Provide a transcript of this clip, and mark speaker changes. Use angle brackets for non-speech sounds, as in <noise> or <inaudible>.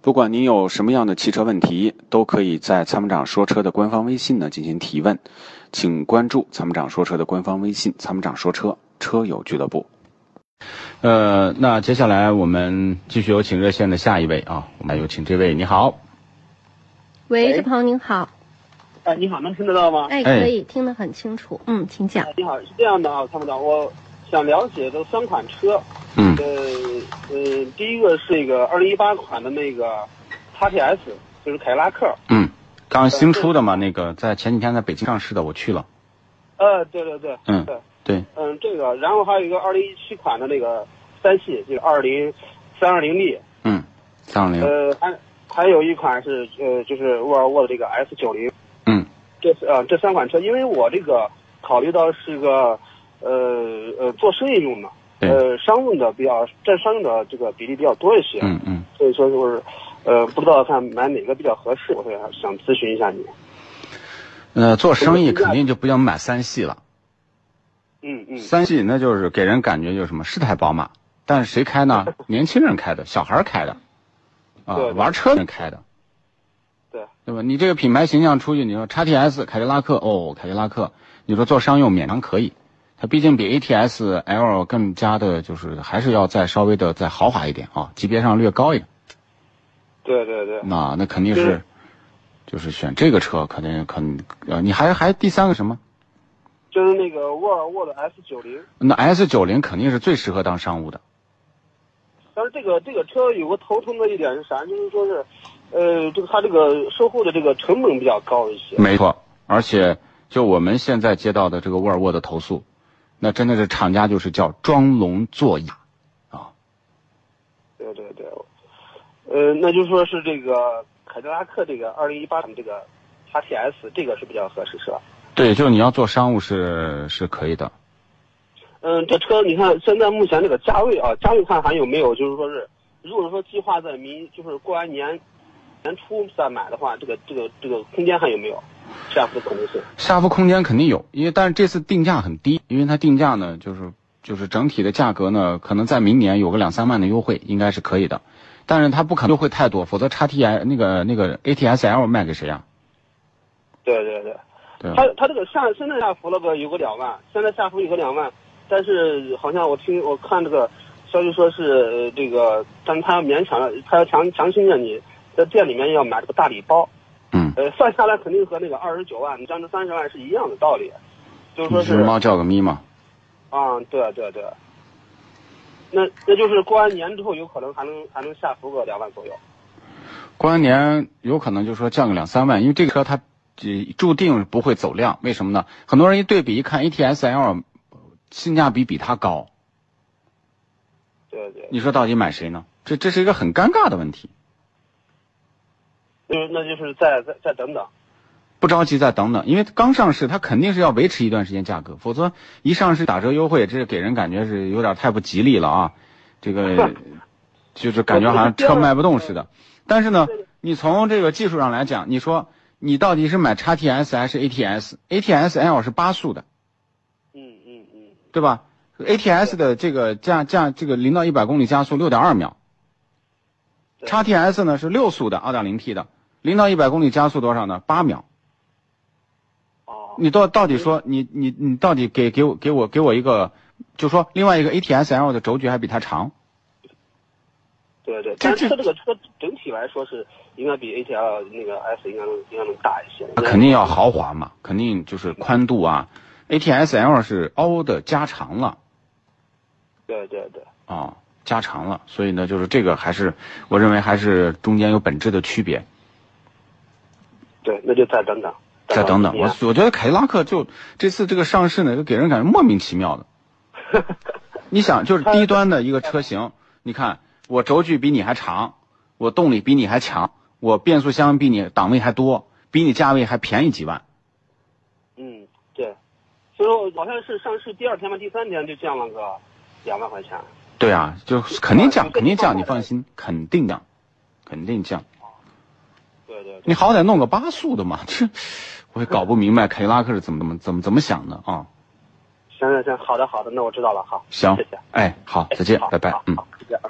Speaker 1: 不管您有什么样的汽车问题，都可以在参谋长说车的官方微信呢进行提问，请关注参谋长说车的官方微信“参谋长说车车友俱乐部
Speaker 2: 呃，那接下来我们继续有请热线的下一位啊，我们有请这位，你好，
Speaker 3: 喂，
Speaker 4: 喂
Speaker 3: 这朋友您好，
Speaker 4: 哎，你好，能听得到吗？
Speaker 3: 哎，
Speaker 2: 哎
Speaker 3: 可以听得很清楚，嗯，请讲
Speaker 4: 哎。你好，是这样的啊，参谋长，我想了解这三款车，
Speaker 2: 嗯
Speaker 4: 呃呃，第一个是一个二零一八款的那个 XTS，就是凯迪拉克。
Speaker 2: 嗯，刚新出的嘛，那个在前几天在北京上市的，我去了，
Speaker 4: 呃，对对对，
Speaker 2: 嗯
Speaker 4: 对，
Speaker 2: 对，
Speaker 4: 嗯，这个，然后还有一个二零一七款的那个三系，就是二零三二零 D，
Speaker 2: 嗯，三二零，
Speaker 4: 呃，还还有一款是呃，就是沃尔沃的这个 S 九零。
Speaker 2: 嗯，
Speaker 4: 这呃这三款车，因为我这个考虑到是个呃呃做生意用的，
Speaker 2: 对
Speaker 4: 呃商用的比较占商用的这个比例比较多一些，啊
Speaker 2: 嗯嗯，
Speaker 4: 所以说就是呃不知道看买哪个比较合适，我想想咨询一下你。
Speaker 2: 呃，做生意肯定就不要买三系了，
Speaker 4: 嗯嗯，
Speaker 2: 三系那就是给人感觉就是什么是台宝马，但是谁开
Speaker 4: <laughs>
Speaker 2: 呢？年轻人开的，小孩儿开的，啊
Speaker 4: 对，对
Speaker 2: 玩车人开的，
Speaker 4: 对，
Speaker 2: 对吧？你这个品牌形象出去，你说 XTS 凯迪拉克哦，凯迪拉克，你说做商用勉强可以，它毕竟比 ATS L 更加的就是还是要再稍微的再豪华一点啊，级别上略高一点。
Speaker 4: 对对对，
Speaker 2: 那那肯定是
Speaker 4: 对，
Speaker 2: 就是选这个车肯定肯呃，你还还第三个什么？
Speaker 4: 就是那个沃尔沃的 S 九零，
Speaker 2: 那 S 九零肯定是最适合当商务的。
Speaker 4: 但是这个这个车有个头疼的一点是啥？就是说是，呃，这个它这个售后的这个成本比较高一些。
Speaker 2: 没错，而且就我们现在接到的这个沃尔沃的投诉，那真的是厂家就是叫装聋作哑。
Speaker 4: 对对对，呃，那就说是这个凯迪拉克这个二零一八款这个 XTS 这个是比较合适是吧？
Speaker 2: 对，就是你要做商务是是可以的。
Speaker 4: 嗯，这车你看现在目前这个价位啊，价位看还有没有就是说是，如果说计划在明就是过完年年初再买的话，这个这个这个空间还有没有？这样子可能性。
Speaker 2: 下浮空间肯定有，因为但是这次定价很低，因为它定价呢就是就是整体的价格呢，可能在明年有个两三万的优惠，应该是可以的。但是它不可能优惠太多，否则 x T I 那个那个 A T S L 卖给谁啊？
Speaker 4: 对对对，
Speaker 2: 对吧
Speaker 4: 它？它这个下现在下浮了个有个两万，现在下浮有个两万，但是好像我听我看这个消息说是呃这个，但是他要勉强，他要强强行让你在店里面要买这个大礼包，
Speaker 2: 嗯，
Speaker 4: 呃，算下来肯定和那个二十九万，你将近三十万是一样的道理，就是说是
Speaker 2: 是猫叫个咪嘛。
Speaker 4: 啊、对对对，那那就是过完年之后有可能还能还能下浮个两万左右，
Speaker 2: 过完年有可能就说降个两三万，因为这个车它呃注定不会走量，为什么呢？很多人一对比一看，ATS L 性价比比它高，
Speaker 4: 对对，
Speaker 2: 你说到底买谁呢？这这是一个很尴尬的问题。
Speaker 4: 就是那就是再再再等等，
Speaker 2: 不着急，再等等，因为刚上市，它肯定是要维持一段时间价格，否则一上市打折优惠，这给人感觉是有点太不吉利了啊！这个就是感觉好像车卖不动似的。但是呢，你从这个技术上来讲，你说你到底是买 XTS 还是 ATS？ATS L 是八速的，
Speaker 4: 嗯嗯嗯，
Speaker 2: 对吧？ATS 的这个加加这个零到一百公里加速六点二秒
Speaker 4: 对
Speaker 2: ，XTS 呢是六速的二点零 T 的，零到一百公里加速多少呢？八秒。
Speaker 4: 哦，
Speaker 2: 你到到底说你你你到底给给我给我给我一个，就说另外一个 ATS L 的轴距还比它长，
Speaker 4: 对对，
Speaker 2: 这
Speaker 4: 但
Speaker 2: 这
Speaker 4: 是它这个车整体来说是应该比 ATL 那个 S 应该能应该能大一些。
Speaker 2: 那肯定要豪华嘛，肯定就是宽度啊，ATS L 是凹的加长了
Speaker 4: 对对对，
Speaker 2: 啊、加长了，所以呢，就是这个还是我认为还是中间有本质的区别。
Speaker 4: 对，那就再等等。
Speaker 2: 再等等，我
Speaker 4: 我
Speaker 2: 我觉得凯迪拉克就这次这个上市呢，就给人感觉莫名其 <laughs> 妙的。你想，就是低端的一个车型，你看我轴距比你还长，我动力比你还强，我变速箱比你档位还多，比你价位还便宜几万。
Speaker 4: 嗯对，所以说好像是上市第二天吧，第三天就降了个两万块钱。
Speaker 2: 对啊，就是肯定降，
Speaker 4: 对
Speaker 2: 肯定降，你放心，肯定降，肯定降。
Speaker 4: 对对对，
Speaker 2: 你好歹弄个八速的嘛，这我也搞不明白凯迪拉克是怎么怎么怎么怎么想的啊。
Speaker 4: 行行行，好的好的，那我知道了，好，
Speaker 2: 行
Speaker 4: 谢谢，
Speaker 2: 哎，好，再见
Speaker 4: 好，
Speaker 2: 拜拜
Speaker 4: 好，
Speaker 2: 嗯。
Speaker 4: 好，再见啊。